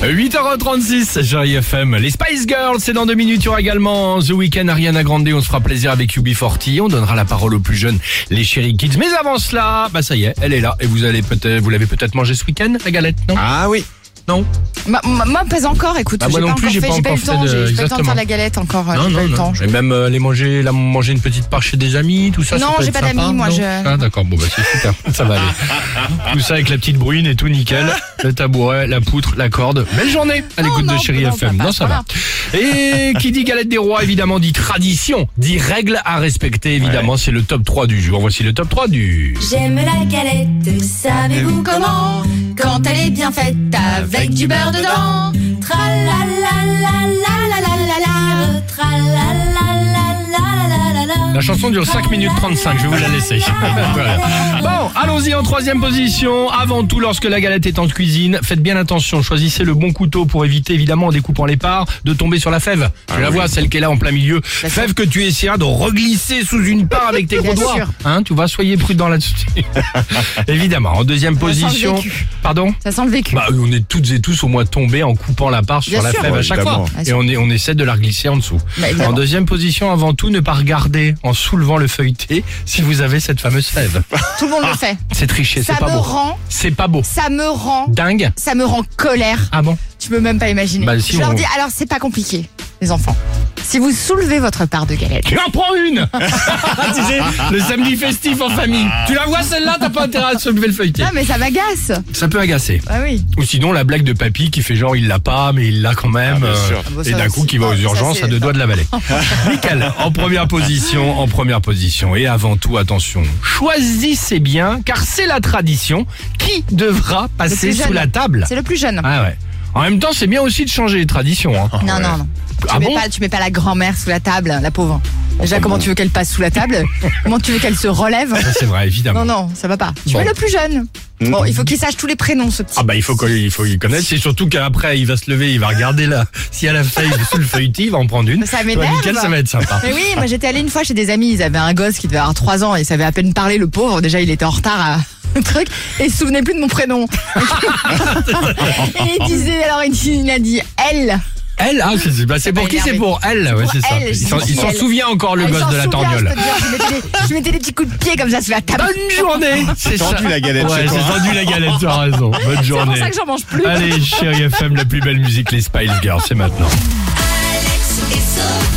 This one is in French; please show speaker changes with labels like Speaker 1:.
Speaker 1: 8h36, Joy FM. Les Spice Girls, c'est dans deux minutes. Il y aura également hein, The Weeknd, Ariana Grande. On se fera plaisir avec UB40. On donnera la parole aux plus jeunes, les Chéri Kids. Mais avant cela, bah ça y est, elle est là. Et vous allez peut-être, vous l'avez peut-être mangé ce week-end, la galette, non
Speaker 2: Ah oui.
Speaker 1: Non
Speaker 3: Bah, moi, moi, pas encore, écoute.
Speaker 1: Bah, moi
Speaker 3: j'ai
Speaker 1: non
Speaker 3: pas
Speaker 1: plus,
Speaker 3: encore
Speaker 1: j'ai
Speaker 3: fait,
Speaker 1: pas
Speaker 3: j'ai pas eu
Speaker 1: encore
Speaker 3: le temps,
Speaker 1: fait de-
Speaker 3: j'ai j'ai pas eu le temps de faire
Speaker 1: exactement.
Speaker 3: la galette encore. euh,
Speaker 1: Non,
Speaker 3: j'ai
Speaker 1: non,
Speaker 3: pas eu le
Speaker 1: non.
Speaker 3: temps. je-
Speaker 1: Et même euh, aller manger, la, manger une petite part chez des amis, tout ça. ça
Speaker 3: Non,
Speaker 1: peut
Speaker 3: j'ai
Speaker 1: être
Speaker 3: pas
Speaker 1: sympa,
Speaker 3: d'amis, moi,
Speaker 1: non
Speaker 3: je-
Speaker 1: Ah, d'accord, bon, bah, c'est super. ça va aller. Tout ça avec la petite bruine et tout nickel. Le tabouret, la poutre, la corde. Belle journée à l'écoute
Speaker 3: Non,
Speaker 1: de
Speaker 3: non,
Speaker 1: Chéri
Speaker 3: non,
Speaker 1: FM.
Speaker 3: papa,
Speaker 1: non, ça
Speaker 3: voilà.
Speaker 1: va. Et qui dit galette des rois, évidemment, dit tradition, dit règles à respecter, évidemment. C'est le top 3 du jour. Voici le top 3 du.
Speaker 4: J'aime la galette, savez-vous comment
Speaker 3: Quand elle est bien faite avec du beurre dedans.
Speaker 4: Tra la la la la la la la la Tra la la la la la la la
Speaker 1: La chanson dure 5 minutes 35, je vais vous la laisser. Voilà. Bon, allons-y en troisième position. Avant tout, lorsque la galette est en cuisine, faites bien attention, choisissez le bon couteau pour éviter, évidemment, en découpant les parts, de tomber sur la fève. Tu
Speaker 3: Ah
Speaker 1: la vois, celle qui est là en plein milieu.
Speaker 3: Bah,
Speaker 1: Fève que tu essaieras de reglisser sous une part avec tes
Speaker 3: Bien
Speaker 1: gros doigts.
Speaker 3: sûr.
Speaker 1: Hein, tu vois, soyez prudent là-dessus. évidemment, en deuxième
Speaker 3: Ça sent le
Speaker 1: position.
Speaker 3: vécu.
Speaker 1: Pardon
Speaker 3: Ça sent le vécu.
Speaker 1: bah, on est toutes et tous au moins tombés en coupant la part sur
Speaker 3: Bien
Speaker 1: la
Speaker 3: sûr.
Speaker 1: fève à chaque
Speaker 2: Évidemment.
Speaker 1: fois.
Speaker 3: Bien
Speaker 1: Et
Speaker 3: sûr.
Speaker 1: on, est, on essaie de la reglisser en dessous.
Speaker 3: Bah, évidemment.
Speaker 1: en deuxième position, avant tout, ne pas regarder en soulevant le feuilleté si vous avez cette fameuse fève.
Speaker 3: Tout le monde le fait.
Speaker 1: C'est triché,
Speaker 3: Ça
Speaker 1: ah, c'est pas
Speaker 3: me
Speaker 1: beau.
Speaker 3: rend,
Speaker 1: C'est pas beau.
Speaker 3: ça me rend,
Speaker 1: Dingue.
Speaker 3: ça me rend colère.
Speaker 1: Ah bon
Speaker 3: Tu peux même pas imaginer.
Speaker 1: Bah, si,
Speaker 3: je leur
Speaker 1: on-
Speaker 3: dis, alors c'est pas compliqué, les enfants. Si vous soulevez votre part de galette,
Speaker 1: Tu en prends une Tu sais, le samedi festif en famille. Tu la vois celle-là, t'as pas intérêt à soulever le feuilleté.
Speaker 3: ah mais ça m'agace.
Speaker 1: Ça peut agacer.
Speaker 3: Ah oui.
Speaker 1: Ou sinon la blague de papy qui fait genre il l'a pas mais il l'a quand même euh,
Speaker 2: bien sûr.
Speaker 3: Ah bah,
Speaker 1: et
Speaker 3: ça,
Speaker 1: d'un coup
Speaker 3: c'est-
Speaker 1: qui va aux
Speaker 3: ça,
Speaker 1: urgences
Speaker 3: c'est-
Speaker 1: à deux doigts de la vallée. Nickel. En première position, en première position et avant tout attention, choisissez bien car c'est la tradition qui devra passer
Speaker 3: plus
Speaker 1: sous
Speaker 3: jeune.
Speaker 1: la table.
Speaker 3: C'est le plus jeune.
Speaker 1: Ah ouais. En même temps, c'est bien aussi de changer les traditions hein.
Speaker 3: non, non, non. Tu,
Speaker 1: Ah
Speaker 3: mets
Speaker 1: bon Oh, bah
Speaker 3: pas, tu mets pas la grand-mère sous la table, la pauvre. Déjà, comment tu veux qu'elle passe sous la table Comment tu veux qu'elle se relève
Speaker 1: Ça, c'est vrai évidemment.
Speaker 3: Non, non, ça va pas. Tu
Speaker 1: Bon. Mm.
Speaker 3: mets le plus jeune. Bon, il faut qu'il sache tous les prénoms, ce petit.
Speaker 1: Ah bah il faut qu'il faut qu'il connaisse. C'est surtout qu'après il va se lever, il va regarder là. Si à la feuille sous le feuilleté, il va en prendre une.
Speaker 3: Mais ça
Speaker 1: Toi,
Speaker 3: m'énerve.
Speaker 1: Mickaël, ça va être sympa.
Speaker 3: Mais oui, moi j'étais allée une fois chez des amis, ils avaient un gosse qui devait avoir 3 ans et il savait à peine parler, le pauvre, déjà il était en retard à un truc et il se souvenait plus de mon prénom. et il disait, alors il, dit- il a dit elle.
Speaker 1: Elle, ah, c'est- c'est bah, c'est
Speaker 3: m'a
Speaker 1: pour qui c'est
Speaker 3: énervé.
Speaker 1: pour elle, ouais,
Speaker 3: pour
Speaker 1: c'est ça.
Speaker 3: elle,
Speaker 1: Il
Speaker 3: je
Speaker 1: s'en-
Speaker 3: dis
Speaker 1: Il s'en
Speaker 3: elle.
Speaker 1: souvient encore Oh, le
Speaker 3: Ah, il
Speaker 1: gosse
Speaker 3: s'en
Speaker 1: de la
Speaker 3: souvient, je
Speaker 1: torgnole.
Speaker 3: peux te dire, je mettais des- Je mettais des petits coups de pied comme ça sur la table.
Speaker 1: Bonne journée C'est ça.
Speaker 2: tendu, la galette,
Speaker 1: Ouais,
Speaker 2: c'est quoi,
Speaker 1: c'est
Speaker 2: hein
Speaker 1: tendu la galette, tu as raison. Bonne
Speaker 3: C'est pour
Speaker 1: journée.
Speaker 3: ça que j'en mange plus.
Speaker 1: Allez, chérie FM, la plus belle musique, les Spice Girls, c'est maintenant.
Speaker 4: Alex et Sophie